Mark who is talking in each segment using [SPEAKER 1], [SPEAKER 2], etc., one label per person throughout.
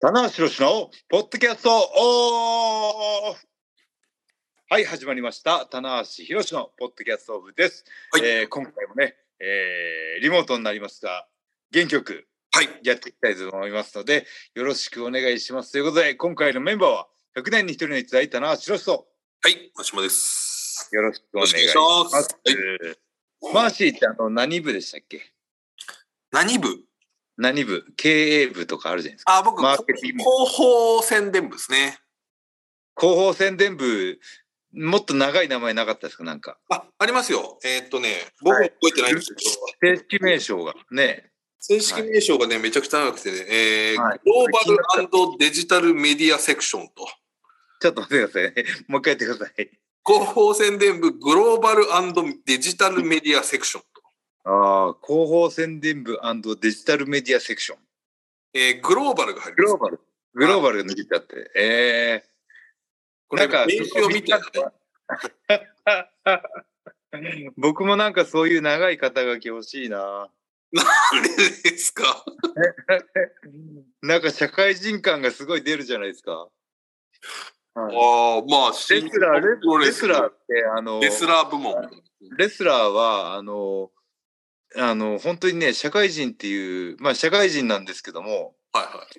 [SPEAKER 1] 棚橋宏のポッドキャストオフはい、始まりました。棚橋宏のポッドキャストオフです。
[SPEAKER 2] はい
[SPEAKER 1] えー今回もね、えーリモートになりますが、元気よく
[SPEAKER 2] はい、
[SPEAKER 1] やっていきたいと思いますので、よろしくお願いします。ということで、今回のメンバーは、100年に一人の逸材、棚橋宏と、
[SPEAKER 2] はい、マシモです。
[SPEAKER 1] よろしくお願いし
[SPEAKER 2] よろ
[SPEAKER 1] ま
[SPEAKER 2] しくお願いし
[SPEAKER 1] す。
[SPEAKER 2] ます
[SPEAKER 1] マーシーってあの何部でしたっけ
[SPEAKER 2] 何部
[SPEAKER 1] 何部経営部とかあるじゃないですか。
[SPEAKER 2] あ、僕、
[SPEAKER 1] マ
[SPEAKER 2] 広
[SPEAKER 1] ーケティング
[SPEAKER 2] 報宣伝部ですね。
[SPEAKER 1] 広報宣伝部、もっと長い名前なかったですかなんか。
[SPEAKER 2] あ、ありますよ。えーっとね、僕も覚えてないんですけど、
[SPEAKER 1] 正式名称がね、
[SPEAKER 2] 正式名称がね、めちゃくちゃ長くてね、えー
[SPEAKER 1] はい
[SPEAKER 2] グローバルデジタルメディアセクションと、
[SPEAKER 1] ちょっと待ってくださいね。 もう一回言ってください。
[SPEAKER 2] 広報宣伝部グローバルデジタルメディアセクションと、
[SPEAKER 1] ああ、広報宣伝部デジタルメディアセクション。
[SPEAKER 2] えーグローバルが入
[SPEAKER 1] グ
[SPEAKER 2] り
[SPEAKER 1] ロ
[SPEAKER 2] ます
[SPEAKER 1] ー。バル。グローバルが抜けちゃって。ええ
[SPEAKER 2] これ、
[SPEAKER 1] なんか
[SPEAKER 2] 名刺を見て、
[SPEAKER 1] 僕もなんかそういう長い肩書き欲しいな。
[SPEAKER 2] あれですか。
[SPEAKER 1] なんか社会人感がすごい出るじゃないですか。
[SPEAKER 2] あ
[SPEAKER 1] はい
[SPEAKER 2] ーまあ、
[SPEAKER 1] レスラー、レ
[SPEAKER 2] プロ
[SPEAKER 1] レ
[SPEAKER 2] レ
[SPEAKER 1] ス
[SPEAKER 2] ス
[SPEAKER 1] ラ
[SPEAKER 2] ラ
[SPEAKER 1] ーっ
[SPEAKER 2] ー
[SPEAKER 1] て、あの、
[SPEAKER 2] レスラー部門。
[SPEAKER 1] レスラーは、あの、あの、本当にね、社会人っていう、まあ社会人なんですけども、
[SPEAKER 2] はいはい。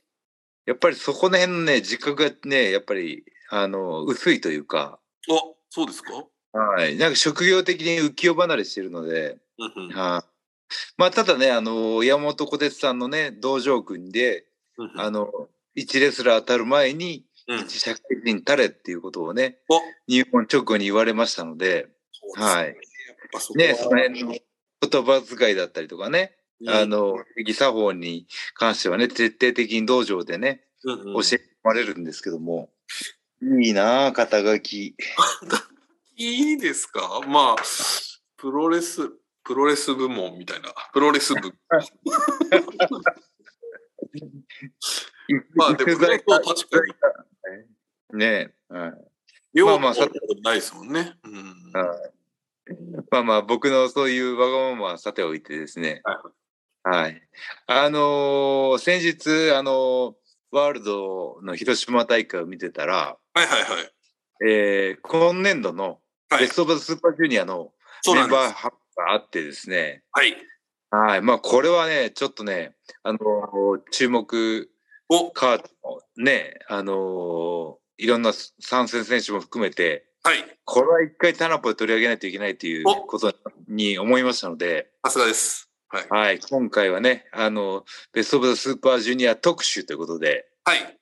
[SPEAKER 1] やっぱりそこの辺のね、自覚がね、やっぱり、あの、薄いというか、
[SPEAKER 2] お、そうですか
[SPEAKER 1] はい。なんか職業的に浮世離れしてるので、
[SPEAKER 2] うんうん
[SPEAKER 1] はい。まあ、ただね、あの、山本小鉄さんのね、道場組で、
[SPEAKER 2] うんうん
[SPEAKER 1] あの、一レスラー当たる前に、
[SPEAKER 2] うん
[SPEAKER 1] 一社会人たれっていうことをね、
[SPEAKER 2] お
[SPEAKER 1] 入門直後に言われましたので、
[SPEAKER 2] そうですね
[SPEAKER 1] はい。
[SPEAKER 2] やっぱそこは
[SPEAKER 1] ね、その辺の言葉遣いだったりとかね、あ、の、儀作法に関してはね、徹底的に道場でね、
[SPEAKER 2] うんうん
[SPEAKER 1] 教え込まれるんですけども、いいなあ肩書き。
[SPEAKER 2] いいですかまあ、プロレス、プロレス部門みたいな。プロレス 部。まあ、 でも、プロレスは確かに、
[SPEAKER 1] ねえ、はい
[SPEAKER 2] 要
[SPEAKER 1] ま
[SPEAKER 2] は
[SPEAKER 1] あまあさ
[SPEAKER 2] ないですもんね。うん
[SPEAKER 1] はいまあまあ、僕のそういうわがままはさておいてですね。はい。あのー先日、あのーワールドの広島大会を見てたら、
[SPEAKER 2] はいはいはい。
[SPEAKER 1] えー今年度の
[SPEAKER 2] は
[SPEAKER 1] ベ
[SPEAKER 2] い
[SPEAKER 1] ス、ト・オブ・スーパージュニアの
[SPEAKER 2] そう
[SPEAKER 1] メ
[SPEAKER 2] なん
[SPEAKER 1] ン
[SPEAKER 2] で
[SPEAKER 1] バー
[SPEAKER 2] す。
[SPEAKER 1] 発表があってですね、
[SPEAKER 2] はい。
[SPEAKER 1] はい。まあ、これはね、ちょっとね、あのー注目
[SPEAKER 2] お、はい。
[SPEAKER 1] カードのね、あのーいろんな参戦選手も含めて、これは一回タナポで取り上げないといけないという
[SPEAKER 2] お
[SPEAKER 1] ことに思いましたので、
[SPEAKER 2] さすがです。はい。
[SPEAKER 1] はい。今回はね、あの、ベストオブザスーパージュニア特集ということで、
[SPEAKER 2] はい。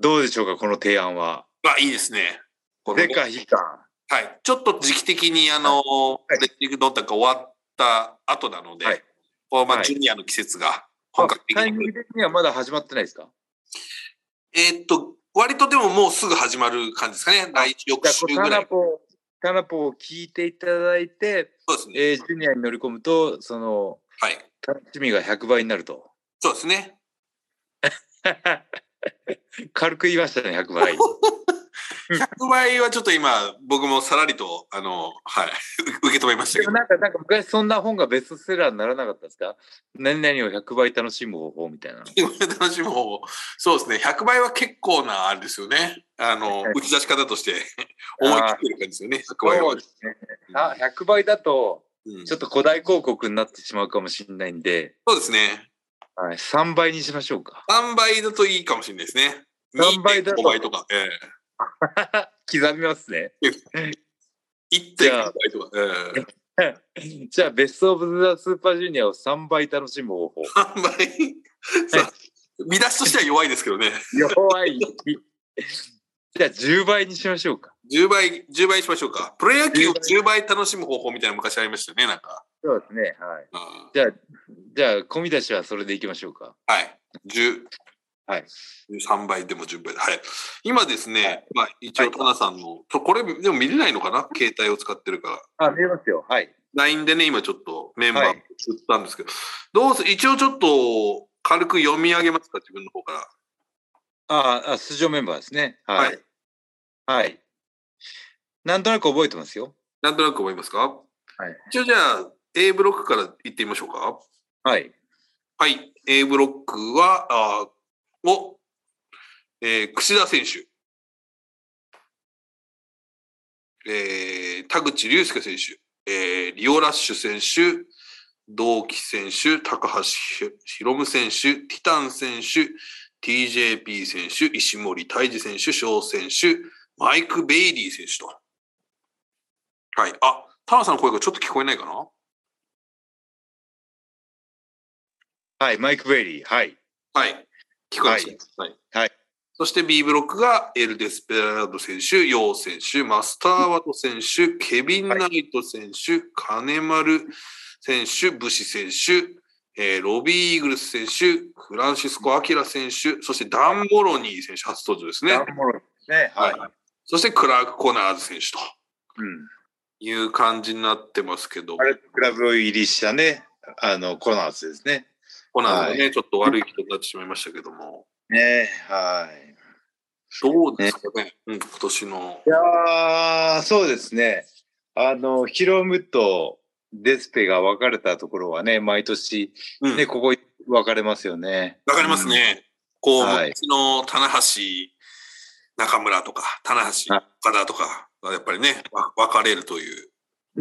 [SPEAKER 1] どうでしょうか、この提案は。
[SPEAKER 2] まあ、いいですね。これ
[SPEAKER 1] でか非か。
[SPEAKER 2] はい。ちょっと時期的に、あの、
[SPEAKER 1] い
[SPEAKER 2] レッティングドンタが終わった後なので、
[SPEAKER 1] はい
[SPEAKER 2] こうま
[SPEAKER 1] は
[SPEAKER 2] あ、
[SPEAKER 1] い
[SPEAKER 2] ジュニアの季節が
[SPEAKER 1] あ
[SPEAKER 2] 本格的
[SPEAKER 1] タイ
[SPEAKER 2] に
[SPEAKER 1] ミング的にはまだ始まってないですか
[SPEAKER 2] えーっと、割とでももうすぐ始まる感じですかね。来翌
[SPEAKER 1] じゃ
[SPEAKER 2] 週
[SPEAKER 1] あこう、
[SPEAKER 2] ぐ
[SPEAKER 1] タ
[SPEAKER 2] ら
[SPEAKER 1] ナ
[SPEAKER 2] い。
[SPEAKER 1] ポ、タナポを聞いていただいて、
[SPEAKER 2] そうですね。
[SPEAKER 1] えージュニアに乗り込むと、その、
[SPEAKER 2] はい。
[SPEAKER 1] 楽しみが100倍になると。
[SPEAKER 2] そうですね。
[SPEAKER 1] 軽く言いましたね、100倍。
[SPEAKER 2] 100倍はちょっと今、僕もさらりと、あの、はい、 受け止めましたけ
[SPEAKER 1] で
[SPEAKER 2] ど
[SPEAKER 1] も。なんか、なんか昔そんな本がベストセラーにならなかったですか何々を100倍楽しむ方法みたいな。
[SPEAKER 2] 楽しむ方法そうですね。100倍は結構な、あれですよね。あの、打ち出し方として、 思い切ってる感じですよね。100倍は。
[SPEAKER 1] ですね。あ、100倍だと、
[SPEAKER 2] うん
[SPEAKER 1] ちょっと古代広告になってしまうかもしれないんで、
[SPEAKER 2] そうですね。
[SPEAKER 1] はい、3倍にしましょうか。
[SPEAKER 2] 3倍だといいかもしれないですね。
[SPEAKER 1] 三倍だと
[SPEAKER 2] 2.5倍とか、え
[SPEAKER 1] 刻みますね。
[SPEAKER 2] え
[SPEAKER 1] じ
[SPEAKER 2] 1.5
[SPEAKER 1] ゃあ
[SPEAKER 2] 倍とか、ええ
[SPEAKER 1] じゃあ、ベスト・オブ・ザ・スーパージュニアを3倍楽しむ方法。
[SPEAKER 2] 3倍。 さあ見出しとしては弱いですけどね。
[SPEAKER 1] 弱い。 じゃあ、10倍にしましょうか。
[SPEAKER 2] 10倍、10倍しましょうか。プロ野球を10倍楽しむ方法みたいなの昔ありましたよね、なんか。
[SPEAKER 1] そうですね。はい。
[SPEAKER 2] うん
[SPEAKER 1] じゃあ、じゃあ、込み出しはそれでいきましょうか。
[SPEAKER 2] はい。10。
[SPEAKER 1] はい。
[SPEAKER 2] 3倍でも10倍で。はい。今ですね、
[SPEAKER 1] はい
[SPEAKER 2] まあ一応、
[SPEAKER 1] はい
[SPEAKER 2] タナさんの、ちょこれ、でも見れないのかな携帯を使ってるから。
[SPEAKER 1] あ、見えますよ。はい。
[SPEAKER 2] LINE でね、今ちょっとメンバー
[SPEAKER 1] は
[SPEAKER 2] を
[SPEAKER 1] い
[SPEAKER 2] 送ったんですけど、どうす、一応ちょっと軽く読み上げますか、自分の方から。
[SPEAKER 1] ああ、出場メンバーですね。は
[SPEAKER 2] はいい。
[SPEAKER 1] はい。なんとなく覚えてますよ。
[SPEAKER 2] なんとなく思いますか
[SPEAKER 1] はい。
[SPEAKER 2] 一応じゃあ、A ブロックから行ってみましょうか。
[SPEAKER 1] はい。
[SPEAKER 2] はい。A ブロックは、あーを、えー、櫛田選手、えー、田口竜介選手、えー、リオラッシュ選手、同期選手、高橋ひろむ選手、ティタン選手、TJP 選手、石森泰治選手、翔選手、マイク・ベイリー選手と。はい。あ、田中さんの声がちょっと聞こえないかな
[SPEAKER 1] はい、マイク・ベイリー。はい。
[SPEAKER 2] はい。聞こえます。
[SPEAKER 1] はい。はい。
[SPEAKER 2] そして B ブロックがエル・デスペラード選手、ヨウ選手、マスター・ワト選手、ケビン・ナイト選手、はい、金丸選手、ブシ選手、えー、ロビー・イーグルス選手、フランシスコ・アキラ選手、そしてダン・ボロニー選手、初登場ですね。
[SPEAKER 1] ダン・ボロニーですね。はい。はい、
[SPEAKER 2] そしてクラーク・コナーズ選手と、
[SPEAKER 1] うん、
[SPEAKER 2] いう感じになってますけど。
[SPEAKER 1] あれ、クラブ入りしたね、あの、コナーズですね。
[SPEAKER 2] コナーズね、はい、ちょっと悪い人になってしまいましたけども。
[SPEAKER 1] ねはい。
[SPEAKER 2] どうですかね、ねうん、今年の。
[SPEAKER 1] いやそうですね。あの、ヒロムと、デスペが分かれたところはね、毎年ね、ね、うん、ここ分かれますよね。。
[SPEAKER 2] 分かれますね。うん、こう、はい、の棚橋、中村とか、棚橋、岡田とか、やっぱりね、分かれるという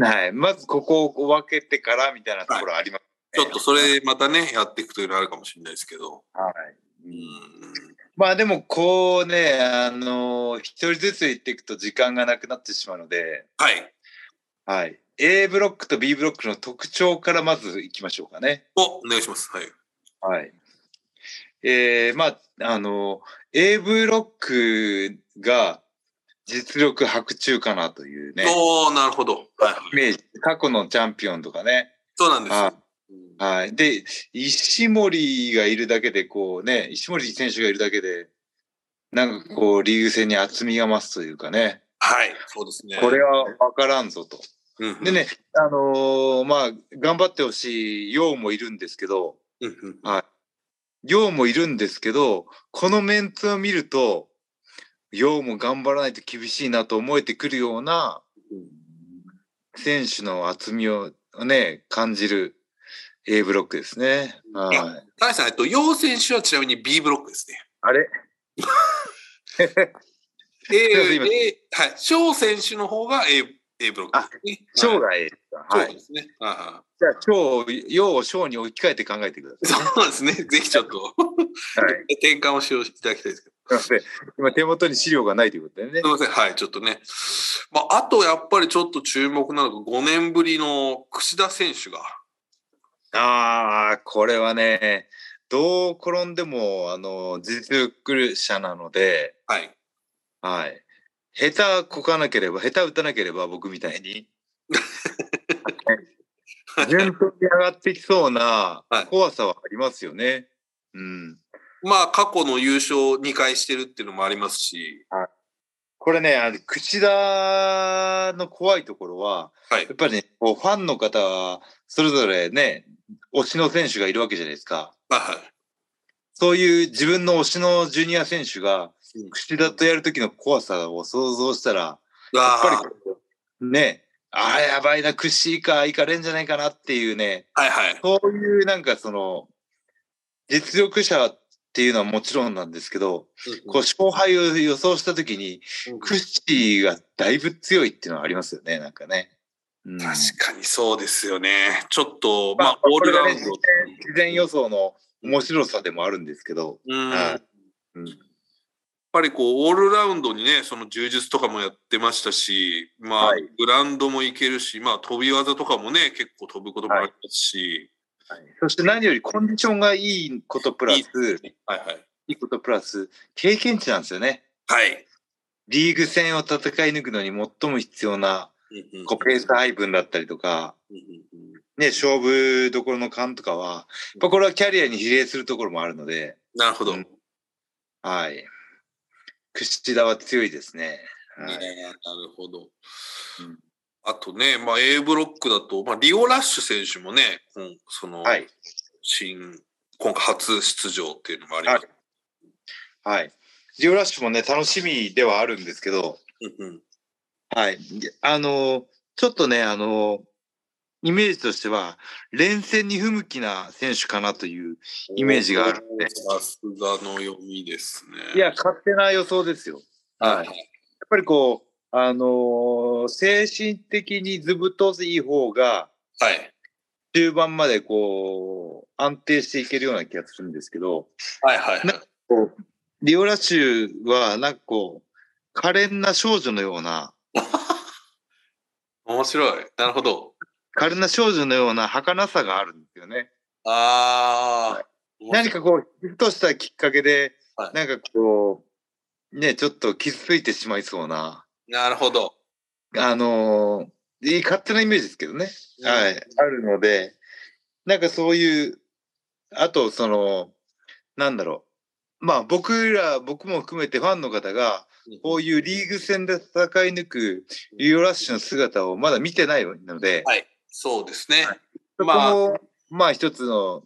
[SPEAKER 1] はい。まずここを分けてからみたいなところあります
[SPEAKER 2] ね、ね、はい、ちょっとそれまたね、やっていくというのあるかもしれないですけど。
[SPEAKER 1] はい。うん、まあでも、こうね、あの、一人ずつ行っていくと時間がなくなってしまうので。
[SPEAKER 2] はい。
[SPEAKER 1] はい。A ブロックと B ブロックの特徴からまずいきましょうかね。
[SPEAKER 2] お、お願いします。はい。
[SPEAKER 1] はい。えー、まあ、あの、A ブロックが実力白昼かなというね。
[SPEAKER 2] おなるほど。
[SPEAKER 1] はい。イメージ。過去のチャンピオンとかね。
[SPEAKER 2] そうなんです
[SPEAKER 1] よ。はい。で、石森がいるだけで、こうね、石森選手がいるだけで、なんかこう、リーグ戦に厚みが増すというかね。
[SPEAKER 2] はい。そうですね。
[SPEAKER 1] これは分からんぞと。でね、あのー、まあ、頑張ってほしいようもいるんですけど、はい。ようもいるんですけど、このメンツを見ると、ようも頑張らないと厳しいなと思えてくるような、選手の厚みをね、感じる A ブロックですね。はい。
[SPEAKER 2] 高橋さん、えっと、よう選手はちなみに B ブロックですね。
[SPEAKER 1] あ れ
[SPEAKER 2] A, A、はい。翔選手の方が A ブロック
[SPEAKER 1] ですね。小が A です
[SPEAKER 2] か。はい。ですね。じゃあ、
[SPEAKER 1] 小、要を小に置き換えて考えてくだ
[SPEAKER 2] さい、 そうですね。ぜひちょっと、はい、転換をしよういただきたいですけ
[SPEAKER 1] ど。すいません。今手元に資料がないということでね。
[SPEAKER 2] すいません。はい、ちょっとね。まあ、あとやっぱりちょっと注目なのが5年ぶりの櫛田選手が。
[SPEAKER 1] ああ、これはね、どう転んでも、あの、実力者なので、
[SPEAKER 2] はい。
[SPEAKER 1] はい。下手こかなければ、下手打たなければ、僕みたい に。順当に上がってきそうな怖さはありますよね。はい、うん。
[SPEAKER 2] まあ、過去の優勝2回してるっていうのもありますし。
[SPEAKER 1] はい、これね、あの、口田の怖いところは、
[SPEAKER 2] は
[SPEAKER 1] や
[SPEAKER 2] い、
[SPEAKER 1] っぱりね、こうファンの方は、それぞれね、推しの選手がいるわけじゃないですか。
[SPEAKER 2] はい。
[SPEAKER 1] そういう自分の推しのジュニア選手が、口だとやる時の怖さを想像したら、やっぱりね、ああ、やばいな、クッシーか、いかれんじゃないかなっていうね、
[SPEAKER 2] はいはい、
[SPEAKER 1] そういうなんかその、実力者っていうのはもちろんなんですけど、こう勝敗を予想した時に、クッシーがだいぶ強いっていうのはありますよね、なんかね。
[SPEAKER 2] うん、確かにそうですよね。ちょっと、まあ、オールラウンド。事
[SPEAKER 1] 前予想の面白さでもあるんですけど。
[SPEAKER 2] うんうんやっぱりこうオールラウンドにねその柔術とかもやってましたし、まあ、はい、グランドもいけるし、まあ、飛び技とかもね結構飛ぶこともありますし、
[SPEAKER 1] はい、はい、そして何よりコンディションがいいことプラスい
[SPEAKER 2] い,、はいはい、
[SPEAKER 1] いいことプラス経験値なんですよね。
[SPEAKER 2] はい
[SPEAKER 1] リーグ戦を戦い抜くのに最も必要なこうペース配分だったりとか、ね、勝負どころの勘とかは、やっこれはキャリアに比例するところもあるので。、
[SPEAKER 2] なるほど。うん
[SPEAKER 1] はい。櫛田は強いですね。
[SPEAKER 2] はい、なるほど。うん、あとね、まあ、A ブロックだと、まあ、リオラッシュ選手もね、うん、その、
[SPEAKER 1] はい、
[SPEAKER 2] 新、今回初出場っていうのもあります。
[SPEAKER 1] はい。リオラッシュもね、楽しみではあるんですけど、
[SPEAKER 2] うんうん、
[SPEAKER 1] はい。あの、ちょっとね、あの、イメージとしては、連戦に不向きな選手かなというイメージがあるんで。
[SPEAKER 2] さすがの読みですね。
[SPEAKER 1] いや、、勝手な予想ですよ。
[SPEAKER 2] はい。
[SPEAKER 1] やっぱりこう、あのー精神的にずぶとい方が、
[SPEAKER 2] はい。
[SPEAKER 1] 中盤までこう、安定していけるような気がするんですけど、
[SPEAKER 2] はいはいはい。
[SPEAKER 1] リオラ州はなんかこう、可憐な少女のような、
[SPEAKER 2] 面白い。なるほど。
[SPEAKER 1] 可憐な少女のような儚さがあるんですよね。
[SPEAKER 2] ああ。
[SPEAKER 1] 何かこう、ふとしたきっかけで、
[SPEAKER 2] はい
[SPEAKER 1] なんかこう、ね、ちょっと傷ついてしまいそうな、
[SPEAKER 2] なるほど。
[SPEAKER 1] あのーいい勝手なイメージですけどね。はい、あるので、なんかそういう、あと、その、なんだろう。まあ僕ら、僕も含めてファンの方が、こういうリーグ戦で戦い抜くリオラッシュの姿をまだ見てないので、
[SPEAKER 2] はい。そうですね。
[SPEAKER 1] そこ
[SPEAKER 2] まあ
[SPEAKER 1] も、まあ一つの、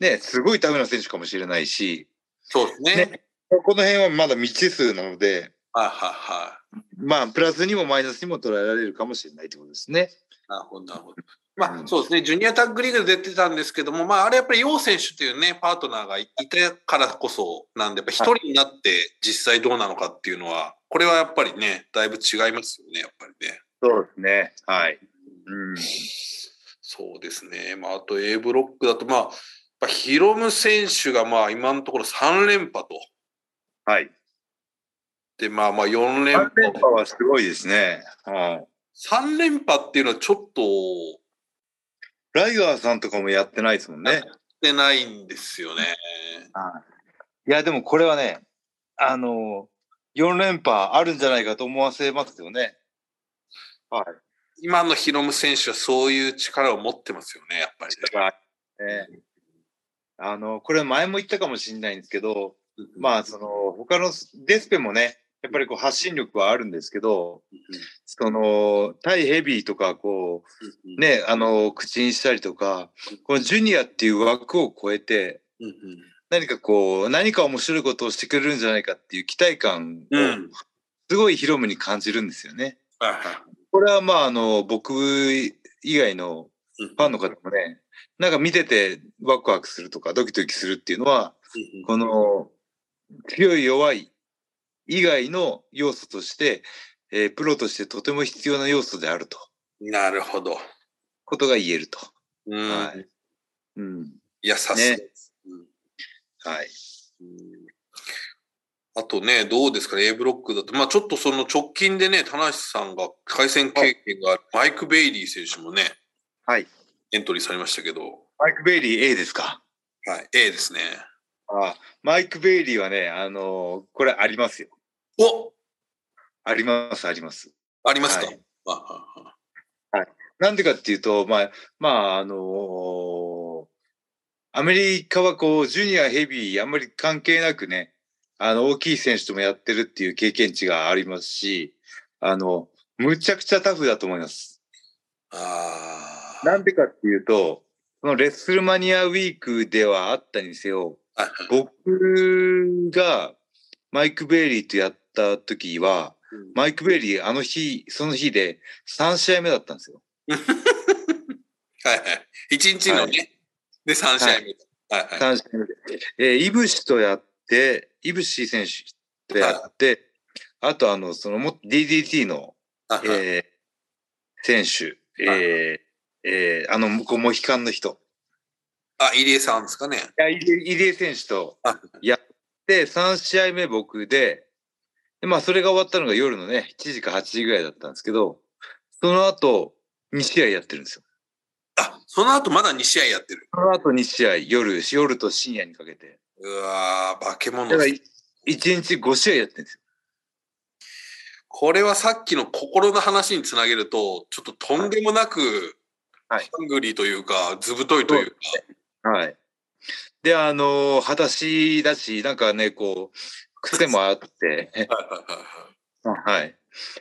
[SPEAKER 1] ね、すごいための選手かもしれないし、
[SPEAKER 2] そうですね。
[SPEAKER 1] ねこの辺はまだ未知数なので、
[SPEAKER 2] はいはいはい。
[SPEAKER 1] まあプラスにもマイナスにも捉えられるかもしれないってことですね。
[SPEAKER 2] なるほど、なるほど。まあ、
[SPEAKER 1] うん
[SPEAKER 2] そうですね、ジュニアタッグリーグで出てたんですけども、まあ、あれやっぱり楊選手というね、パートナーがいたからこそ、なんで、やっぱ一人になって実際どうなのかっていうのは、これはやっぱりね、だいぶ違いますよね、やっぱりね。
[SPEAKER 1] そうですね。はい。うん。
[SPEAKER 2] そうですね、まあ、あと A ブロックだと、まあ、やっぱヒロム選手がまあ今のところ3連覇と、
[SPEAKER 1] はい。
[SPEAKER 2] で、まあまあ4連
[SPEAKER 1] 3
[SPEAKER 2] 覇。
[SPEAKER 1] 連覇はすごいですね。はい。
[SPEAKER 2] 3連覇っていうのはちょっと
[SPEAKER 1] ライガーさんとかもやってないですもんね。
[SPEAKER 2] 出ないんですよね。
[SPEAKER 1] いや、でもこれはね、あの、4連覇あるんじゃないかと思わせますよね。はい。
[SPEAKER 2] 今のヒロム選手はそういう力を持ってますよね、やっぱりね。
[SPEAKER 1] ね、あの、これ前も言ったかもしれないんですけど、
[SPEAKER 2] あ、
[SPEAKER 1] まあ、その、他のデスペもね、やっぱりこう発信力はあるんですけど、その、対ヘビーとか、こう、
[SPEAKER 2] ね。
[SPEAKER 1] ね、あの、口にしたりとか、このジュニアっていう枠を超えて、何かこう、何か面白いことをしてくれるんじゃないかっていう期待感を
[SPEAKER 2] うん。
[SPEAKER 1] すごい広めに感じるんですよね。
[SPEAKER 2] はいは
[SPEAKER 1] これはまあ、あの、僕以外の
[SPEAKER 2] い
[SPEAKER 1] ファンの方もね、なんか見ててワクワクするとかドキドキするっていうのは、この強い弱い以外の要素として、えープロとしてとても必要な要素であると、
[SPEAKER 2] なるほど。
[SPEAKER 1] ことが言えると。
[SPEAKER 2] うん。
[SPEAKER 1] はいい。うん。
[SPEAKER 2] や、さすがですうん
[SPEAKER 1] はい。
[SPEAKER 2] あとね、どうですかね、A ブロックだと、まあ、ちょっとその直近でね、田無さんが対戦経験があるマイク・ベイリー選手もね、
[SPEAKER 1] はい。
[SPEAKER 2] エントリーされましたけど、
[SPEAKER 1] マイク・ベイリー A ですか
[SPEAKER 2] はい、A ですね。
[SPEAKER 1] あマイク・ベイリーはね、あのこれありますよ。
[SPEAKER 2] お
[SPEAKER 1] あります、あります。
[SPEAKER 2] ありますか、
[SPEAKER 1] は
[SPEAKER 2] あああ
[SPEAKER 1] なんでかっていうと、まあ、まあ、あのーアメリカはこう、ジュニア、ヘビー、あんまり関係なくね、あの、大きい選手ともやってるっていう経験値がありますし、あの、むちゃくちゃタフだと思います。
[SPEAKER 2] あー
[SPEAKER 1] なんでかっていうと、このレッスルマニアウィークではあったにせよ、
[SPEAKER 2] はいはい
[SPEAKER 1] 僕がマイク・ベイリーとやった時は、
[SPEAKER 2] うん
[SPEAKER 1] マイク・ベイリー、あの日、その日で3試合目だったんですよ。
[SPEAKER 2] はいはい。1日のね、で3試合目。はいはい。
[SPEAKER 1] 3試合目で。えーイブシとやって、イブシ選手とやって、あと、あの、その、も DDT の、
[SPEAKER 2] はい
[SPEAKER 1] え
[SPEAKER 2] はい
[SPEAKER 1] ー選手、えーえーあの、向こう、モヒカンの人、
[SPEAKER 2] あ、入江さんですかね。
[SPEAKER 1] いや入江入江選手とやって、3試合目僕で、でまあ、それが終わったのが夜のね、7時か8時ぐらいだったんですけど、その後、2試合やってるんですよ。
[SPEAKER 2] あ、その後まだ2試合やってる。
[SPEAKER 1] その後2試合、夜、夜と深夜にかけて。
[SPEAKER 2] うわー、化け物
[SPEAKER 1] だから、
[SPEAKER 2] です。
[SPEAKER 1] 1日5試合やってるんですよ。
[SPEAKER 2] これはさっきの心の話につなげると、ちょっととんでもなく、
[SPEAKER 1] はい
[SPEAKER 2] ハングリーというか、ずぶといというか、
[SPEAKER 1] はい。で、あのー、裸足だし、なんかね、こう、癖もあって、
[SPEAKER 2] はいはいはい はい
[SPEAKER 1] はい。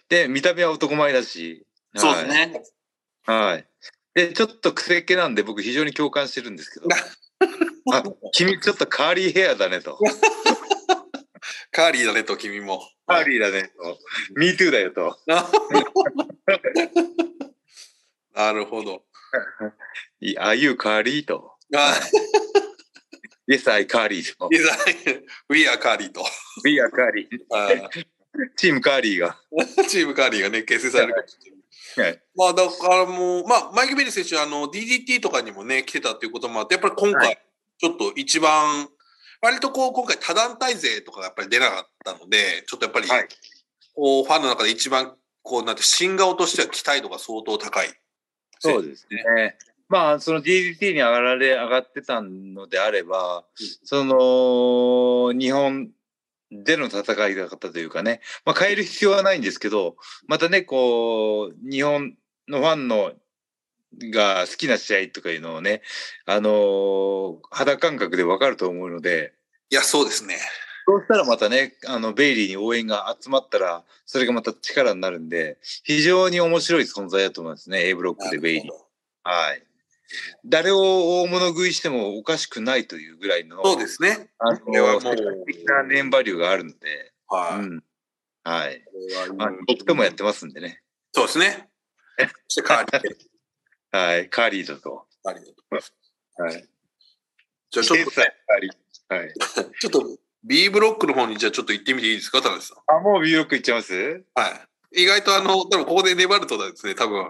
[SPEAKER 1] で、見た目は男前だし、
[SPEAKER 2] そうですね。
[SPEAKER 1] はい。はい。で、ちょっと癖系なんで、僕非常に共感してるんですけど、あ君ちょっとカーリーヘアだねと。
[SPEAKER 2] カーリーだねと、君も。
[SPEAKER 1] カーリーだねと。MeToo だよと。
[SPEAKER 2] なるほど。
[SPEAKER 1] い Are you カーリーと。
[SPEAKER 2] あ
[SPEAKER 1] Yes, I カーリーと
[SPEAKER 2] い。ざ、We are カーリーと。
[SPEAKER 1] We are カーリー。
[SPEAKER 2] あ
[SPEAKER 1] チームカーリーが。
[SPEAKER 2] ーチームカーリーがね、結成されるかもしれない。
[SPEAKER 1] はい
[SPEAKER 2] まあ、だからもう、まあ、マイケル・ベリー選手、あの、DDT とかにもね、来てたっていうこともあって、やっぱり今
[SPEAKER 1] は
[SPEAKER 2] 回、ちょっと一番、割とこう、今回多団体勢とかがやっぱり出なかったので、ちょっとやっぱり、
[SPEAKER 1] はい
[SPEAKER 2] こう、ファンの中で一番、こう、なんて、新顔としては期待度が相当高い。
[SPEAKER 1] そうですね。まあ、その DDT に上がられ、上がってたのであれば、その、日本での戦い方というかね、まあ、変える必要はないんですけど、またね、こう、日本のファンの、が好きな試合とかいうのをね、あのー肌感覚でわかると思うので、
[SPEAKER 2] いや、そうですね。
[SPEAKER 1] そうしたらまたね、あの、ベイリーに応援が集まったら、それがまた力になるんで、非常に面白い存在だと思いますね、A ブロックでベイリー
[SPEAKER 2] なる。ほど
[SPEAKER 1] はい。誰を大物食いしてもおかしくないというぐらいの、
[SPEAKER 2] そうですね。
[SPEAKER 1] あの
[SPEAKER 2] これはもう
[SPEAKER 1] 世界的な年馬流があるので、う
[SPEAKER 2] はい。
[SPEAKER 1] ん。はい。まあ
[SPEAKER 2] うん、
[SPEAKER 1] 僕ともやってますんでね。
[SPEAKER 2] そうですね。そしてカーリー で。
[SPEAKER 1] はい。カーリーだと。
[SPEAKER 2] カーリーで
[SPEAKER 1] はい。
[SPEAKER 2] じゃあちょ
[SPEAKER 1] 天
[SPEAKER 2] っと
[SPEAKER 1] 才カーリーはい。
[SPEAKER 2] ちょっと B ブロックの方にじゃあちょっと行ってみていいですか、田辺さん。
[SPEAKER 1] あ、もう B ロックいっちゃいます
[SPEAKER 2] はい。意外とあの、多分ここで粘るとですね、多分、あ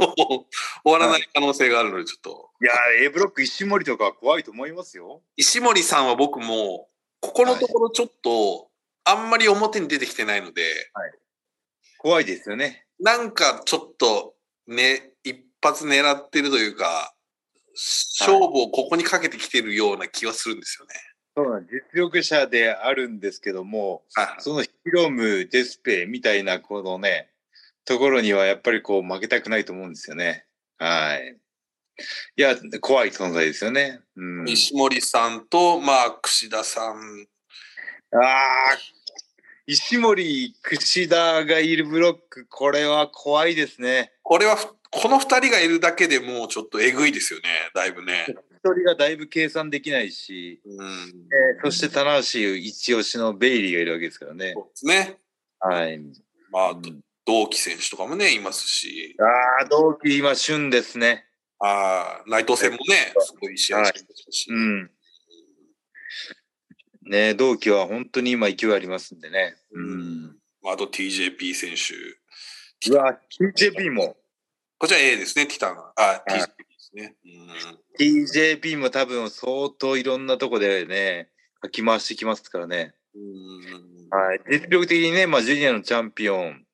[SPEAKER 2] の、 終わらない可能性があるので、ちょっと。
[SPEAKER 1] いやー、A ブロック石森とか怖いと思いますよ。
[SPEAKER 2] 石森さんは僕も、ここのところちょっと、あんまり表に出てきてないので、
[SPEAKER 1] 怖いですよね。
[SPEAKER 2] なんかちょっと、ね、一発狙ってるというか、勝負をここにかけてきてるような気はするんですよね。
[SPEAKER 1] そうなんです実力者であるんですけども、
[SPEAKER 2] はい。
[SPEAKER 1] そのヒロム、デスペみたいなこのね、ところにはやっぱりこう負けたくないと思うんですよね。はい。いや、怖い存在ですよね。うん。
[SPEAKER 2] 石森さんと、まあ、櫛田さん。
[SPEAKER 1] ああ、石森、櫛田がいるブロック、これは怖いですね。
[SPEAKER 2] これはふ、この二人がいるだけでもうちょっとえぐいですよね、だいぶね。
[SPEAKER 1] 一人がだいぶ計算できないし、
[SPEAKER 2] うん。
[SPEAKER 1] えーそして棚橋一押しのベイリーがいるわけですからね
[SPEAKER 2] そう。ですね。
[SPEAKER 1] はい。
[SPEAKER 2] まあ、
[SPEAKER 1] う
[SPEAKER 2] あと
[SPEAKER 1] ん
[SPEAKER 2] 同期選手とかもね、いますし、
[SPEAKER 1] ああ、同期今、旬ですね。
[SPEAKER 2] あー内藤戦もね、すごい試合してましたし、
[SPEAKER 1] うん。ねえ同期は本当に今勢いありますんでね。
[SPEAKER 2] うん。まあ、あと TJP 選手、
[SPEAKER 1] うわ、TJP も。
[SPEAKER 2] こちら A ですね、ティタン、あ、
[SPEAKER 1] はい
[SPEAKER 2] TJP ですね。うん。
[SPEAKER 1] TJP も多分相当いろんなとこでね、かき回してきますからね。
[SPEAKER 2] うん
[SPEAKER 1] はい。実力的にね、まあ、ジュニアのチャンピオン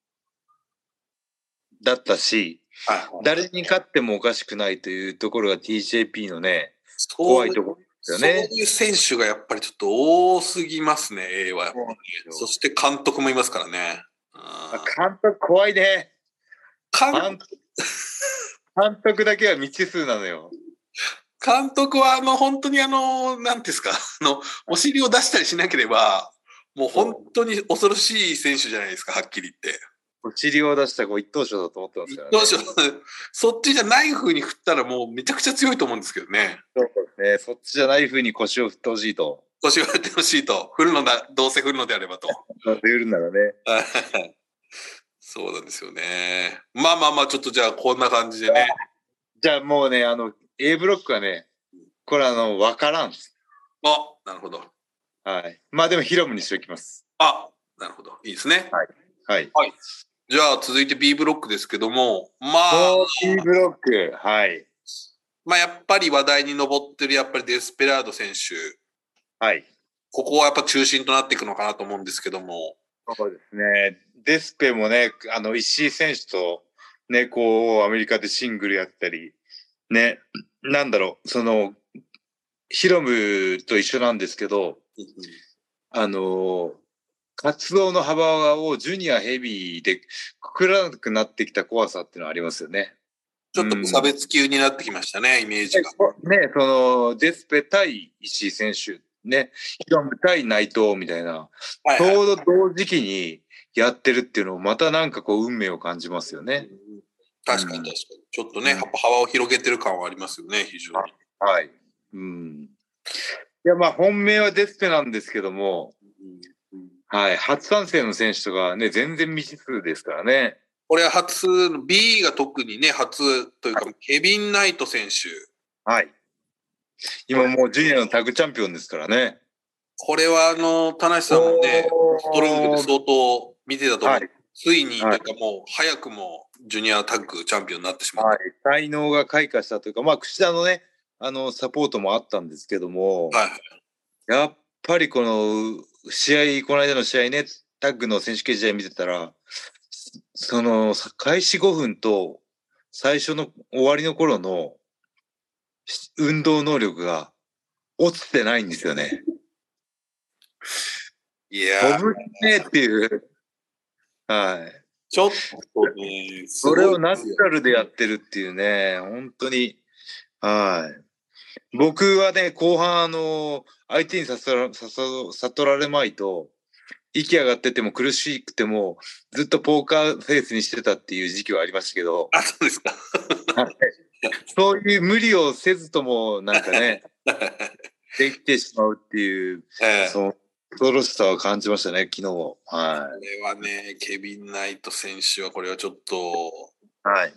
[SPEAKER 1] だったし、
[SPEAKER 2] はい
[SPEAKER 1] 誰に勝ってもおかしくないというところが TJP のね、
[SPEAKER 2] そう
[SPEAKER 1] 怖いところです
[SPEAKER 2] そ
[SPEAKER 1] よ
[SPEAKER 2] う
[SPEAKER 1] ね。
[SPEAKER 2] いう選手がやっぱりちょっと多すぎますね、A はやっぱり。そして監督もいますからね。うん
[SPEAKER 1] あ監督怖いね。
[SPEAKER 2] 監
[SPEAKER 1] 監督 監督だけは未知数なのよ。
[SPEAKER 2] 監督は、あの、本当にあの、なんていうんですか、 あの、お尻を出したりしなければ、もう本当に恐ろしい選手じゃないですか、はっきり言って。
[SPEAKER 1] お尻を出した子一等賞だと思ってます
[SPEAKER 2] 一
[SPEAKER 1] からね。
[SPEAKER 2] 等賞、そっちじゃない風に振ったらもうめちゃくちゃ強いと思うんですけどね。
[SPEAKER 1] そうですね。そっちじゃない風に腰を振ってほしいと。
[SPEAKER 2] 腰を振ってほしいと。振るのだ、どうせ振るのであればと。
[SPEAKER 1] 言うならね。
[SPEAKER 2] そうなんですよね。まあまあまあ、ちょっとじゃあこんな感じでね。
[SPEAKER 1] じゃあもうね、あの、A ブロックはね、これあの、わからんっす。
[SPEAKER 2] あ、なるほど。
[SPEAKER 1] はい。まあでもヒロムにしておきます。
[SPEAKER 2] あ、なるほど。いいですね。
[SPEAKER 1] はい。
[SPEAKER 2] じゃあ続いて B ブロックですけども、まあ、
[SPEAKER 1] もう B ブロック。はい。
[SPEAKER 2] まあ、やっぱり話題に上ってるやっぱりデスペラード選手、
[SPEAKER 1] はい。
[SPEAKER 2] ここはやっぱ中心となっていくのかなと思うんですけども、
[SPEAKER 1] そうですね。デスペもね、あの、石井選手と、ね、こう、アメリカでシングルやったり、ね、なんだろう、その、ヒロムと一緒なんですけど、あのー活動の幅をジュニアヘビーでくくらなくなってきた怖さっていうのはありますよね。
[SPEAKER 2] ちょっと無差別級になってきましたね、イメージが。
[SPEAKER 1] ね、そのデスペ対石井選手、ね、ヒロム対内藤みたいな、
[SPEAKER 2] はい
[SPEAKER 1] ち
[SPEAKER 2] はい
[SPEAKER 1] ょうど同時期にやってるっていうのをまたなんかこう運命を感じますよね。
[SPEAKER 2] 確かに確かに。ちょっとね、やっぱ幅を広げてる感はありますよね、非常に。
[SPEAKER 1] はい。うん。いや、まあ本命はデスペなんですけども、はい、初参戦の選手とかはね、全然未知数ですからね。
[SPEAKER 2] 俺は初の B が特にね、初というか、ケビン・ナイト選手。
[SPEAKER 1] はい。今もうジュニアのタッグチャンピオンですからね。
[SPEAKER 2] これはあの、田無さんもね、ストロングで
[SPEAKER 1] は
[SPEAKER 2] 相当見てたと思う。
[SPEAKER 1] はい
[SPEAKER 2] ついに、
[SPEAKER 1] はい
[SPEAKER 2] なんかもう、早くもジュニアタッグチャンピオンになってしまっ
[SPEAKER 1] い、才能が開花したというか、まあ、櫛田のね、あの、サポートもあったんですけども、
[SPEAKER 2] た。はい。
[SPEAKER 1] やっぱりこの、試合、この間の試合ね、タッグの選手権試合見てたら、その、開始5分と、最初の終わりの頃の、し運動能力が落ちてないんですよね。
[SPEAKER 2] いやー
[SPEAKER 1] 飛ぶねっていう。はい。
[SPEAKER 2] ちょっとね、
[SPEAKER 1] それをナチ
[SPEAKER 2] すご
[SPEAKER 1] ュラ
[SPEAKER 2] いですよ
[SPEAKER 1] ルでやってるっていうね、本当に。はい。僕はね、後半、あの、相手に悟ら悟悟られまいと、息上がってても苦しくても、ずっとポーカーフェイスにしてたっていう時期はありましたけど、
[SPEAKER 2] あ、そうですか。
[SPEAKER 1] そういう無理をせずとも、なんかね、できてしまうっていう、
[SPEAKER 2] ええ
[SPEAKER 1] その恐ろしさを感じましたね、昨日。は
[SPEAKER 2] これはね、ケビン・ナイト選手は、これはちょっと、
[SPEAKER 1] い。はい。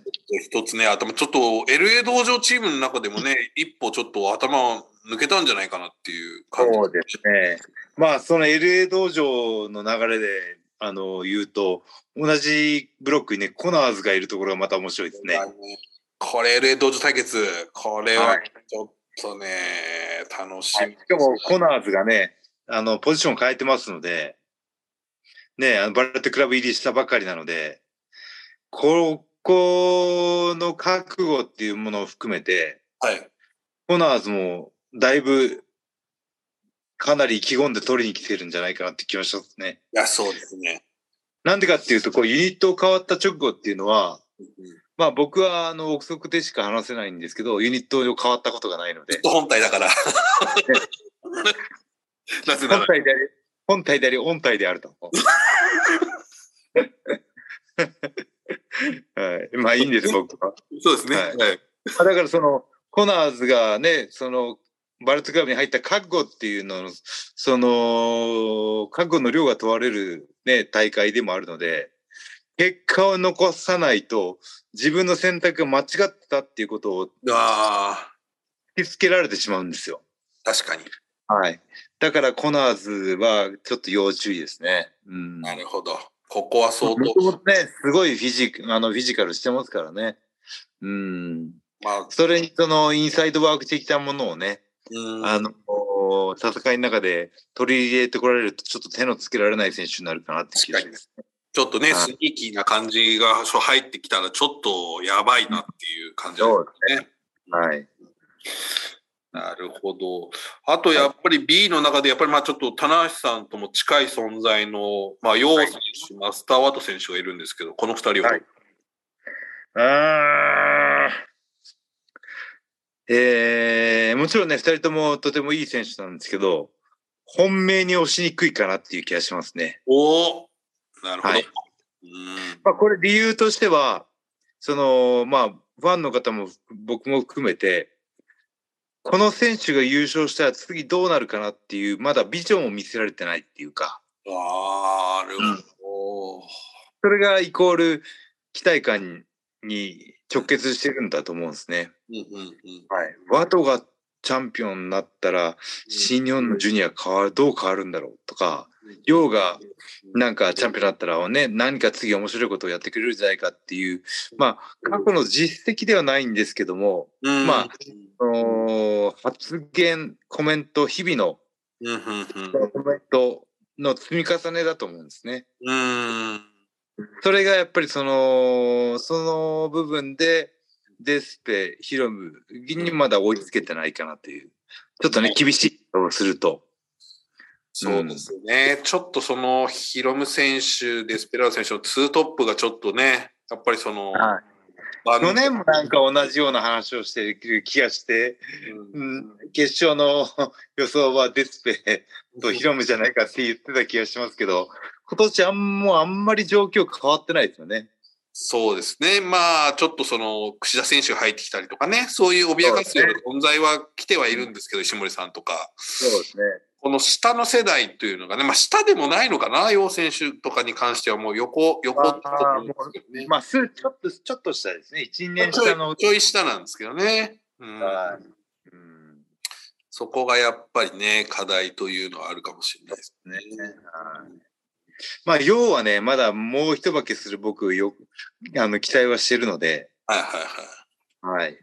[SPEAKER 2] 一つね、頭、ちょっと LA 道場チームの中でもね、一歩ちょっと頭を抜けたんじゃないかなっていう感じ。
[SPEAKER 1] そうですね。まあ、その LA 道場の流れで、あの、言うと、同じブロックにね、コナーズがいるところがまた面白いですね。
[SPEAKER 2] これ LA 道場対決、これ
[SPEAKER 1] は
[SPEAKER 2] はいちょっとね、楽しみ。
[SPEAKER 1] しかも、コナーズがね、あの、ポジション変えてますので、ね、あのバレットクラブ入りしたばかりなので、ここの覚悟っていうものを含めて、
[SPEAKER 2] はい。
[SPEAKER 1] コナーズもだいぶ、かなり意気込んで取りに来てるんじゃないかなって気がしますね。
[SPEAKER 2] いや、そうですね。
[SPEAKER 1] なんでかっていうと、こう、ユニット変わった直後っていうのは、まあ僕は、あの、憶測でしか話せないんですけど、ユニットを変わったことがないので、
[SPEAKER 2] 本体だから。なぜな
[SPEAKER 1] 本
[SPEAKER 2] ら、
[SPEAKER 1] 体であり、本体であり、音体であると。はい。まあいいん です、僕は。
[SPEAKER 2] そうですね。
[SPEAKER 1] はい
[SPEAKER 2] はい
[SPEAKER 1] あだからその、コナーズがね、その、バレットクラブに入った覚悟っていうのの、その、覚悟の量が問われるね、大会でもあるので、結果を残さないと、自分の選択が間違ってたっていうことを
[SPEAKER 2] あ
[SPEAKER 1] 突きつけられてしまうんですよ。
[SPEAKER 2] あ、確かに。
[SPEAKER 1] はい。だからコナーズはちょっと要注意ですね。うん。
[SPEAKER 2] なるほど。ここは相当、
[SPEAKER 1] もともとね、すごいフィジクあのフィジカルしてますからね。うん。
[SPEAKER 2] まあ、
[SPEAKER 1] それにそのインサイドワーク的なものをね、
[SPEAKER 2] うん
[SPEAKER 1] あの、戦いの中で取り入れてこられると、ちょっと手のつけられない選手になるかなって気がします。
[SPEAKER 2] ちょっとね、
[SPEAKER 1] はい
[SPEAKER 2] スニーキーな感じがそう入ってきたら、ちょっとやばいなっていう感じです
[SPEAKER 1] そう
[SPEAKER 2] ね。
[SPEAKER 1] はい。
[SPEAKER 2] なるほど。あと、やっぱり B の中で、やっぱりまあちょっと、棚橋さんとも近い存在の、まあ、ヨウ選手、マスターワト選手がいるんですけど、この二人は、
[SPEAKER 1] はいあーえー、もちろんね、二人ともとてもいい選手なんですけど、本命に押しにくいかなっていう気がしますね。
[SPEAKER 2] おおなるほど。
[SPEAKER 1] はいう
[SPEAKER 2] ーん。
[SPEAKER 1] まあ、これ理由としては、その、まあ、ファンの方も僕も含めて、この選手が優勝したら次どうなるかなっていう、まだビジョンを見せられてないっていうか、
[SPEAKER 2] あーなるほど。
[SPEAKER 1] それがイコール期待感に直結してるんだと思うんですね。
[SPEAKER 2] うんうんうん。
[SPEAKER 1] はい。ワトがチャンピオンになったら、新日本のジュニア変わる、どう変わるんだろうとか、ヨウがなんかチャンピオンになったらね、何か次面白いことをやってくれるんじゃないかっていう、まあ、過去の実績ではないんですけども、
[SPEAKER 2] うん、
[SPEAKER 1] まあ、その発言、コメント、日々の
[SPEAKER 2] うんうんうん。
[SPEAKER 1] コメントの積み重ねだと思うんですね。
[SPEAKER 2] うーん。
[SPEAKER 1] それがやっぱりその、その部分で、デスペ、ヒロムにまだ追いつけてないかなという。ちょっとね、厳しいとすると。
[SPEAKER 2] そうですね、ちょっとそのヒロム選手、デスペラード選手のツートップがちょっとね、やっぱりその、
[SPEAKER 1] は
[SPEAKER 2] バン
[SPEAKER 1] 去年もなんか同じような話をしてる気がして、
[SPEAKER 2] うん
[SPEAKER 1] うん決勝の 予想はデスペとヒロムじゃないかって言ってた気がしますけど、今年あんもうあんまり状況変わってないですよね。
[SPEAKER 2] そうですね、まあちょっとその櫛田選手が入ってきたりとかね、そういう脅かすような存在は来てはいるんですけど、石森さんとか、
[SPEAKER 1] そうですね。
[SPEAKER 2] この下の世代というのがね、まあ、下でもないのかな、楊選手とかに関しては、もう横、横ってことなんですけどね。
[SPEAKER 1] まあ、すちょっと、ちょっと下ですね。1、2年
[SPEAKER 2] ちょ
[SPEAKER 1] 下の
[SPEAKER 2] い、。ちょい下なんですけどね。うん
[SPEAKER 1] はうん。
[SPEAKER 2] そこがやっぱりね、課題というのはあるかもしれないです
[SPEAKER 1] ね。まあ、要はね、まだもう一化けする僕、よ、あの、期待はしてるので、
[SPEAKER 2] はいはいはい。
[SPEAKER 1] はい。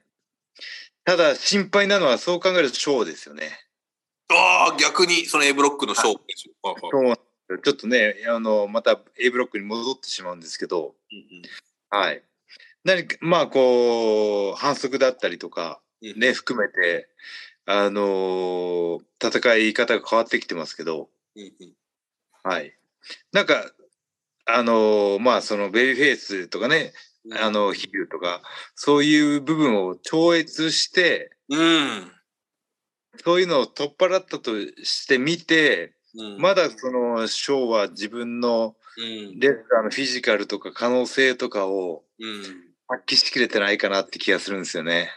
[SPEAKER 1] ただ、心配なのは、そう考えると、ショーですよね。
[SPEAKER 2] ああ、逆にその A ブロックの勝負ですよ。はい
[SPEAKER 1] そ
[SPEAKER 2] はい
[SPEAKER 1] うちょっとね、あの、また A ブロックに戻ってしまうんですけど、はい。何か、まあ、こう、反則だったりとか、
[SPEAKER 2] うん
[SPEAKER 1] ね、含めて、あのー戦い方が変わってきてますけど、
[SPEAKER 2] うんうん
[SPEAKER 1] はい。なんか、あのーまあ、そのベビーフェイスとかね、
[SPEAKER 2] うん
[SPEAKER 1] あの、ヒルとか、そういう部分を超越して、
[SPEAKER 2] うん。
[SPEAKER 1] そういうのを取っ払ったとしてみて、
[SPEAKER 2] うん
[SPEAKER 1] まだその、ショーは自分の
[SPEAKER 2] うん。
[SPEAKER 1] レスラーのフィジカルとか可能性とかを
[SPEAKER 2] うん。
[SPEAKER 1] 発揮しきれてないかなって気がするんですよね。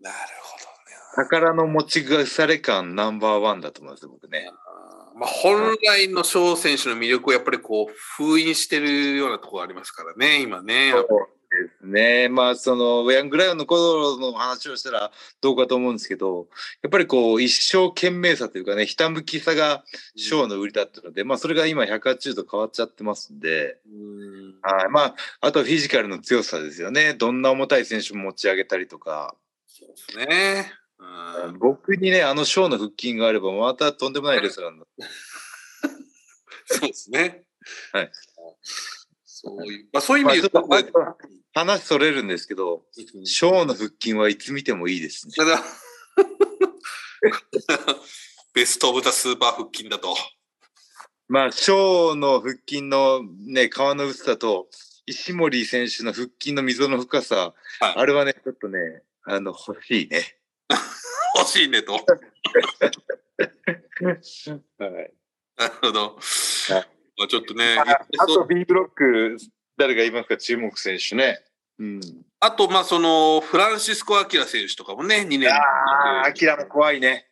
[SPEAKER 2] なるほ
[SPEAKER 1] 宝の持ち腐れ感ナンバーワンだと思います、僕ね。
[SPEAKER 2] どね。まあ、本来の翔選手の魅力をやっぱりこう、封印してるようなところありますからね、今ね。
[SPEAKER 1] そうですね。まあ、その、ヤングライオンの頃の話をしたらどうかと思うんですけど、やっぱりこう、一生懸命さというかね、ひたむきさがショーの売りだったので、まあ、それが今180度変わっちゃってますんで、
[SPEAKER 2] うん。
[SPEAKER 1] はい。まあ、あとフィジカルの強さですよね。どんな重たい選手も持ち上げたりとか、
[SPEAKER 2] そうですね。うん。
[SPEAKER 1] 僕にね、あのショーの腹筋があれば、またとんでもないレスラーになる
[SPEAKER 2] そうですね。
[SPEAKER 1] はい。
[SPEAKER 2] そういう、まあ、そういう意味で言うと、
[SPEAKER 1] まあちょっと話それるんですけど、
[SPEAKER 2] うん
[SPEAKER 1] ショーの腹筋はいつ見てもいいですね。
[SPEAKER 2] ただ、 ベストオブザスーパー腹筋だと。
[SPEAKER 1] まあ、ショーの腹筋のね、皮の薄さと、石森選手の腹筋の溝の深さ、
[SPEAKER 2] はい
[SPEAKER 1] あれはね、ちょっとね、あの、欲しいね。
[SPEAKER 2] 欲しいねと。
[SPEAKER 1] はい。
[SPEAKER 2] なるほど。まあ、ちょっとね、
[SPEAKER 1] あ
[SPEAKER 2] そう
[SPEAKER 1] と B ブロック、誰がいますか、注目選手ね。うん。
[SPEAKER 2] あと、まあ、その、フランシスコ・アキラ選手とかもね、2年。
[SPEAKER 1] ああ、アキラも怖いね。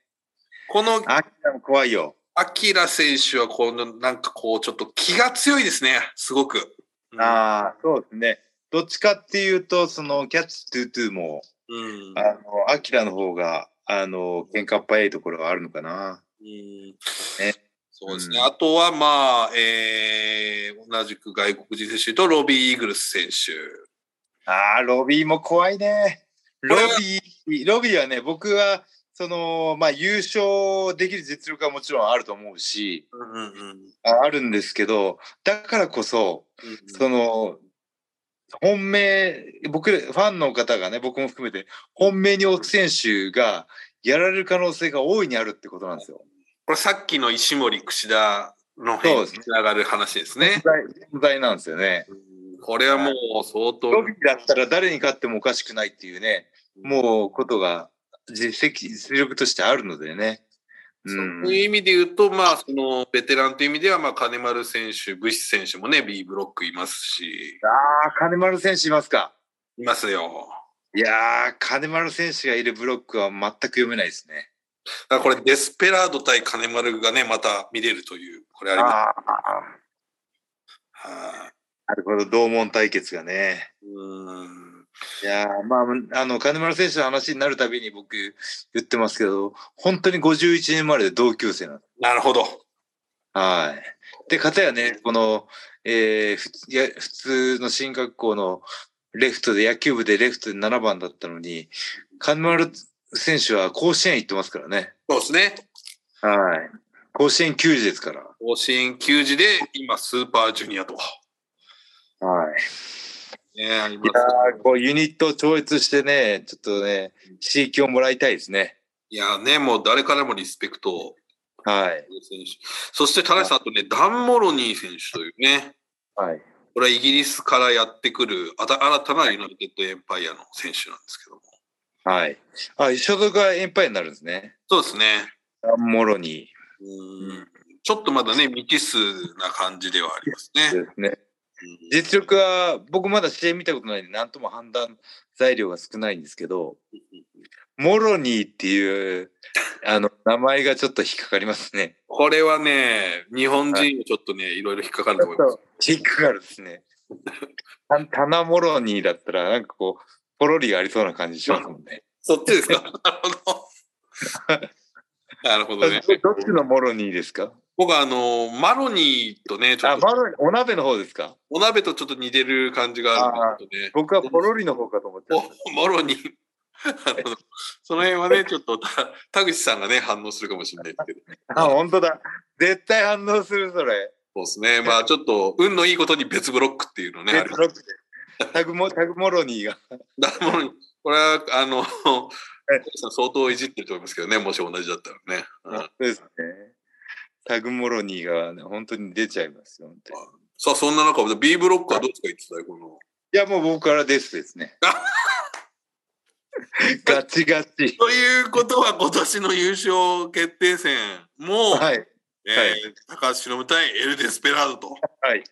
[SPEAKER 2] この
[SPEAKER 1] アキラも怖いよ。
[SPEAKER 2] アキラ選手は、この、なんかこう、ちょっと気が強いですね、すごく。うん
[SPEAKER 1] ああ、そうですね。どっちかっていうと、その、キャッチトゥートゥーも、
[SPEAKER 2] うん。
[SPEAKER 1] あの、アキラの方が、あの、喧嘩っ早いところはあるのかな。
[SPEAKER 2] うん
[SPEAKER 1] ね
[SPEAKER 2] そうですね。
[SPEAKER 1] うん
[SPEAKER 2] あとは、まあ、えー、同じく外国人選手とロビー・イーグルス選手。
[SPEAKER 1] ああ、ロビーも怖いね。ロ
[SPEAKER 2] れは
[SPEAKER 1] ビー、ロビーはね、僕は、その、まあ、優勝できる実力はもちろんあると思うし、
[SPEAKER 2] うんうんうん。
[SPEAKER 1] ああるんですけど、だからこそ、その、本命、僕、ファンの方がね、僕も含めて、本命に置く選手がやられる可能性が大いにあるってことなんですよ。
[SPEAKER 2] これさっきの石森櫛田の
[SPEAKER 1] そ
[SPEAKER 2] 辺
[SPEAKER 1] う
[SPEAKER 2] に
[SPEAKER 1] ですね
[SPEAKER 2] つながる話です ね。
[SPEAKER 1] 問題なんですよね。
[SPEAKER 2] これはもう相当、
[SPEAKER 1] ロビーだったら誰に勝ってもおかしくないっていうね、
[SPEAKER 2] う
[SPEAKER 1] もうことが実績、実力としてあるのでね。う
[SPEAKER 2] そ
[SPEAKER 1] ん
[SPEAKER 2] ういう意味で言うと、まあ、そのベテランという意味では、まあ、金丸選手、武士選手もね、B ブロックいますし、
[SPEAKER 1] ああ、金丸選手いますか。
[SPEAKER 2] いますよ。
[SPEAKER 1] いやー、金丸選手がいるブロックは全く読めないですね。
[SPEAKER 2] だからこれ、デスペラード対金丸がね、また見れるという、これあります。
[SPEAKER 1] ああ、
[SPEAKER 2] はい
[SPEAKER 1] なるほど、同門対決がね。
[SPEAKER 2] うん
[SPEAKER 1] いやー、まあ、あの、金丸選手の話になるたびに僕言ってますけど、本当に51年生まれで同級生なんです。
[SPEAKER 2] なるほど。
[SPEAKER 1] はい。で、片やね、この、えーふついや、普通の進学校のレフトで、野球部でレフトで7番だったのに、金丸選手は甲子園行ってますからね。
[SPEAKER 2] そうですね。
[SPEAKER 1] はい。甲子園球児ですから。
[SPEAKER 2] 甲子園球児で、今、スーパージュニアと。
[SPEAKER 1] はい。
[SPEAKER 2] ね、ありま
[SPEAKER 1] い
[SPEAKER 2] す
[SPEAKER 1] やーこうユニットを超越してね、ちょっとね、刺激をもらいたいですね。
[SPEAKER 2] いやーね、もう誰からもリスペクトを。
[SPEAKER 1] はい。
[SPEAKER 2] 選手そして、田中さん、あとね、ダン・モロニー選手というね、
[SPEAKER 1] はい。
[SPEAKER 2] これはイギリスからやってくるあた新たなユナイテッド・エンパイアの選手なんですけども。
[SPEAKER 1] はい。あ、所属がエンパイアになるんですね。
[SPEAKER 2] そうですね。
[SPEAKER 1] もろに。
[SPEAKER 2] うんちょっとまだね、未知数な感じではあります
[SPEAKER 1] で
[SPEAKER 2] ね。
[SPEAKER 1] すね。
[SPEAKER 2] うん
[SPEAKER 1] 実力は、僕まだ試合見たことないんで、なんとも判断材料が少ないんですけど、モロニーっていう、あの、名前がちょっと引っかかりますね。。
[SPEAKER 2] これはね、日本人ちょっとね、い、ろいろ引っかかると思います
[SPEAKER 1] 引っかかるですね。タナモロニーだったら、なんかこう、ポロリがありそうな感じしますもんね。
[SPEAKER 2] そっち ですかなるほど。なるほどね。
[SPEAKER 1] どっちのモロニーですか
[SPEAKER 2] 僕はあの、マロニーとね、
[SPEAKER 1] ちょっと。お鍋の方ですか
[SPEAKER 2] お鍋とちょっと似てる感じがあるので、ね、
[SPEAKER 1] 僕はポロリの方かと思って
[SPEAKER 2] モロニー。のその辺はね、ちょっと田口さんがね、反応するかもしれないですけど、ね。
[SPEAKER 1] あ、本当だ。絶対反応する、それ。
[SPEAKER 2] そうですね。まあ、ちょっと、運のいいことに別ブロックっていうのね。
[SPEAKER 1] 別ブロックで。タグモ、タグモロニーが。
[SPEAKER 2] タグモロニー。これは、あの、相当いじってると思いますけどね、もし同じだったらね。
[SPEAKER 1] うん 、そうですね。タグモロニーが、ね、本当に出ちゃいますよ、
[SPEAKER 2] さあ、そんな中、B ブロックはどうですか、いつだい、この。
[SPEAKER 1] いや、もう僕からですです ね。ガチガチ。と
[SPEAKER 2] いうことは今年の優勝決定戦も、はい、えーはい、高橋宏対エル・デスペラードと。
[SPEAKER 1] はい。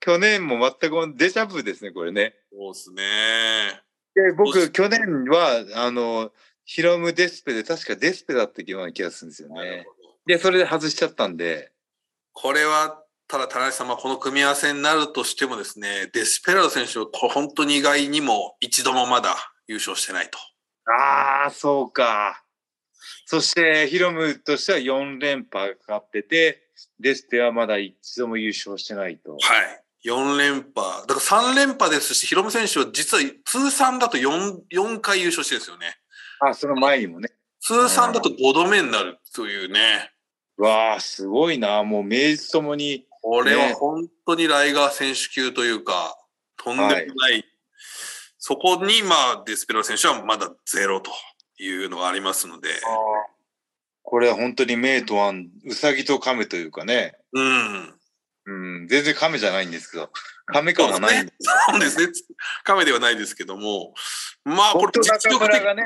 [SPEAKER 1] 去年も全くデジャブですね、これね。
[SPEAKER 2] そうですね。
[SPEAKER 1] で僕、去年は、あの、ヒロム・デスペで、確かデスペだったような気がするんですよね。で、それで外しちゃったんで。
[SPEAKER 2] これは、ただ田中様、この組み合わせになるとしてもですね、デスペラード選手は本当に意外にも一度もまだ優勝してないと。
[SPEAKER 1] ああ、そうか。そして、ヒロムとしては4連覇かかってて、デステはまだ一度も優勝してないと。
[SPEAKER 2] はい。4連覇。だから3連覇ですし、ヒロム選手は実は通算だと 4, 4回優勝してるんですよね。
[SPEAKER 1] あ、その前にもね。
[SPEAKER 2] 通算だと5度目になるというね。
[SPEAKER 1] うん、わあ、すごいな。もう名実ともに、ね、
[SPEAKER 2] これは本当にライガー選手級というか、とんでもない、はい、そこに、まあ、デスペロ選手はまだゼロというのがありますので。
[SPEAKER 1] これは本当にメイトワン、ウサギとカメというかね。
[SPEAKER 2] うん。、
[SPEAKER 1] うん、全然カメじゃないんですけど、カメ感はないんです
[SPEAKER 2] ね。ですね。カメではないですけども。まあ、
[SPEAKER 1] これ実力的がね、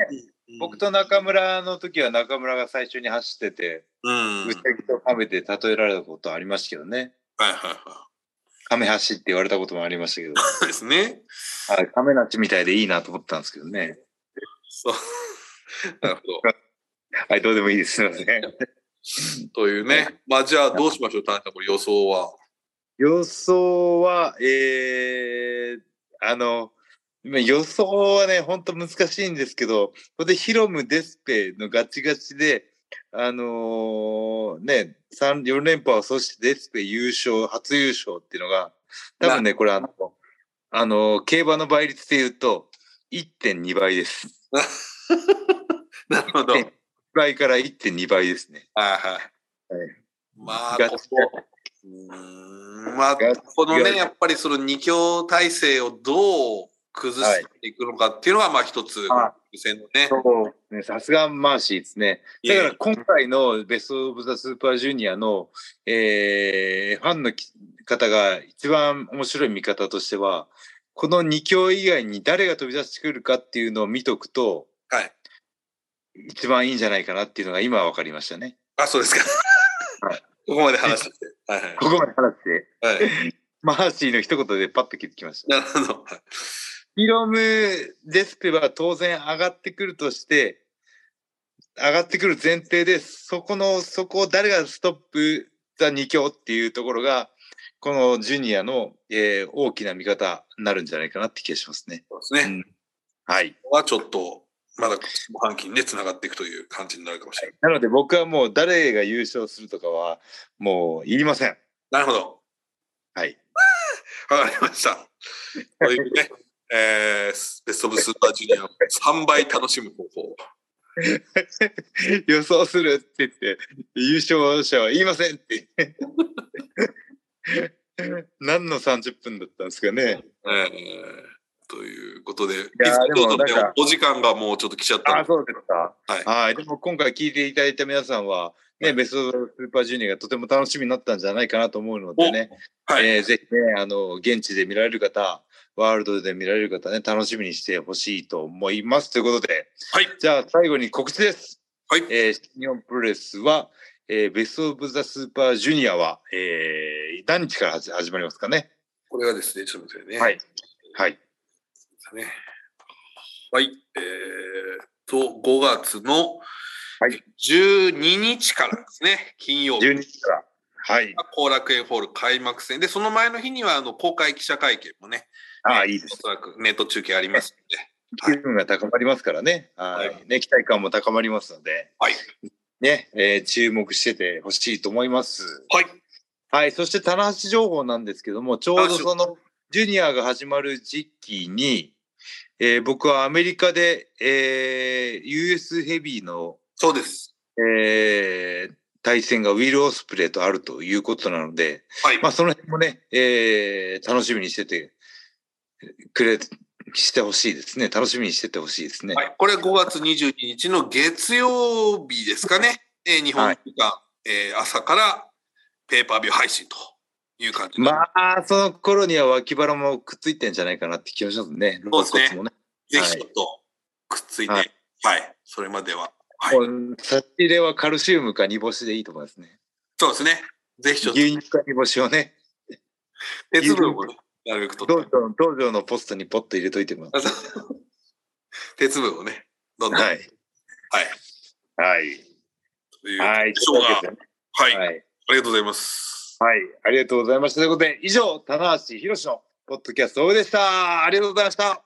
[SPEAKER 1] うん、僕と中村の時は中村が最初に走ってて、
[SPEAKER 2] うん、
[SPEAKER 1] ウサギとカメで例えられたことありましたけどね。
[SPEAKER 2] はいはいはい。
[SPEAKER 1] 亀橋って言われたこともありましたけど。
[SPEAKER 2] そうですね。
[SPEAKER 1] はい、亀梨みたいでいいなと思ったんですけどね。
[SPEAKER 2] そう。 なるほど。
[SPEAKER 1] はい、どうでもいいです。すいませ
[SPEAKER 2] ん。というね。まあ、じゃあどうしましょう、田中さん、予想は。
[SPEAKER 1] 予想は、えー、あの、予想はね、本当難しいんですけど、これでヒロム・デスペのガチガチで、あのー、ね、三4連覇を阻止デスペ優勝、初優勝っていうのが、多分ね、これあの、あのー、競馬の倍率で言うと、1.2倍です。
[SPEAKER 2] なるほど。
[SPEAKER 1] 倍から1.2倍ですね。
[SPEAKER 2] はいはい。はい、まあ、ここ、うんまあ、このね、やっぱりその二強体制をどう崩していくのかっていうのが、まあ一つ、はい、戦のね。
[SPEAKER 1] そうね。さすがマーシーですね。だから今回のベスト・オブ・ザ・スーパージュニアの、えー、ファンの方が一番面白い見方としては、この2強以外に誰が飛び出してくるかっていうのを見とくと、
[SPEAKER 2] はい。
[SPEAKER 1] 一番いいんじゃないかなっていうのが今分かりましたね。
[SPEAKER 2] あ、そうですか。はい、 ここまで話して。はいはい、
[SPEAKER 1] ここまで話して。
[SPEAKER 2] はい、
[SPEAKER 1] マーシーの一言でパッと切ってきました。
[SPEAKER 2] なるほど。
[SPEAKER 1] ヒロム・デスペは当然上がってくるとして、上がってくる前提で、そこの、そこを誰がストップ、ザ2強っていうところが、このジュニアの、えー、大きな見方になるんじゃないかなって気がしますね。
[SPEAKER 2] そうですね。うん、
[SPEAKER 1] はい。
[SPEAKER 2] はちょっと、まだ下半期にね、つながっていくという感じになるかもしれない。
[SPEAKER 1] なので僕はもう誰が優勝するとかは、もういりません。
[SPEAKER 2] なるほど。
[SPEAKER 1] はい。
[SPEAKER 2] わかりました。 というね。えー、ベスト・オブ・スーパージュニアを3倍楽しむ方法。
[SPEAKER 1] 予想するって言って、優勝者は言いませんって。 何の30分だったんですかね。
[SPEAKER 2] えー、ということで、いやでもなんかお時間がもうちょっと来ちゃった
[SPEAKER 1] あそうですか。はい、い。でも今回聞いていただいた皆さんは、ね、ベスト・オブ・スーパージュニアがとても楽しみになったんじゃないかなと思うのでね、はいえー、ぜひね、あの、現地で見られる方、ワールドで見られる方ね、楽しみにしてほしいと思います。ということで、
[SPEAKER 2] はい、
[SPEAKER 1] じゃあ最後に告知です。
[SPEAKER 2] はい、
[SPEAKER 1] えー、日本プロレスは、えー、ベスト・オブ・ザ・スーパージュニアは、えー、何日から始まりますかね
[SPEAKER 2] これはですね、ちょっと待ってね。
[SPEAKER 1] はい。はい。
[SPEAKER 2] ね、はい。えー、と5月の
[SPEAKER 1] はい
[SPEAKER 2] 12日からですね、金曜日。
[SPEAKER 1] 12日から。はい。
[SPEAKER 2] 後楽園ホール開幕戦で、その前の日にはあの公開記者会見もね、
[SPEAKER 1] ああ、いいです
[SPEAKER 2] お。そらくネット中継ありますので、
[SPEAKER 1] 気分が高まりますからね。はい。
[SPEAKER 2] は
[SPEAKER 1] ね、期待感も高まりますので、
[SPEAKER 2] はい。
[SPEAKER 1] ね、えー注目しててほしいと思います。
[SPEAKER 2] はい。
[SPEAKER 1] はい。そして、棚橋情報なんですけども、ちょうどそ
[SPEAKER 2] 棚
[SPEAKER 1] の、ジュニアが始まる時期に、えー僕はアメリカで、えー US ヘビーの、
[SPEAKER 2] そうです。
[SPEAKER 1] えー対戦がウィル・オスプレイとあるということなので、
[SPEAKER 2] はい。
[SPEAKER 1] まあ、その辺もね、えー楽しみにしててくれ、してほしいですね。楽しみにしててほしいですね。
[SPEAKER 2] はい、これ5月22日の月曜日ですかね、えー日本時間、えー朝からペーパービュー配信という感じで、
[SPEAKER 1] まあ、その頃には脇腹もくっついてんじゃないかなって気がしますね。肋
[SPEAKER 2] そうです
[SPEAKER 1] 骨
[SPEAKER 2] ね
[SPEAKER 1] もね。
[SPEAKER 2] ぜひちょっとくっついて、は
[SPEAKER 1] はいい、
[SPEAKER 2] それまでは。はい、
[SPEAKER 1] もう差し入れはカルシウムか煮干しでいいと思いますね。
[SPEAKER 2] そうですね、ぜひちょっと
[SPEAKER 1] 牛乳か煮干しをね、
[SPEAKER 2] 鉄分をねなるべくと
[SPEAKER 1] 道場の道場のポストにポッと入れといてもらって。
[SPEAKER 2] 鉄分をね、どんどん、
[SPEAKER 1] はい。
[SPEAKER 2] はい。
[SPEAKER 1] はい。
[SPEAKER 2] という
[SPEAKER 1] はい。
[SPEAKER 2] ことが
[SPEAKER 1] というわ
[SPEAKER 2] はい、
[SPEAKER 1] けで
[SPEAKER 2] あ
[SPEAKER 1] ねはい。
[SPEAKER 2] りがとうございます。
[SPEAKER 1] はい。ありがとうございました。ということで、以上、棚橋宏のポッドキャストオフでした。ありがとうございました。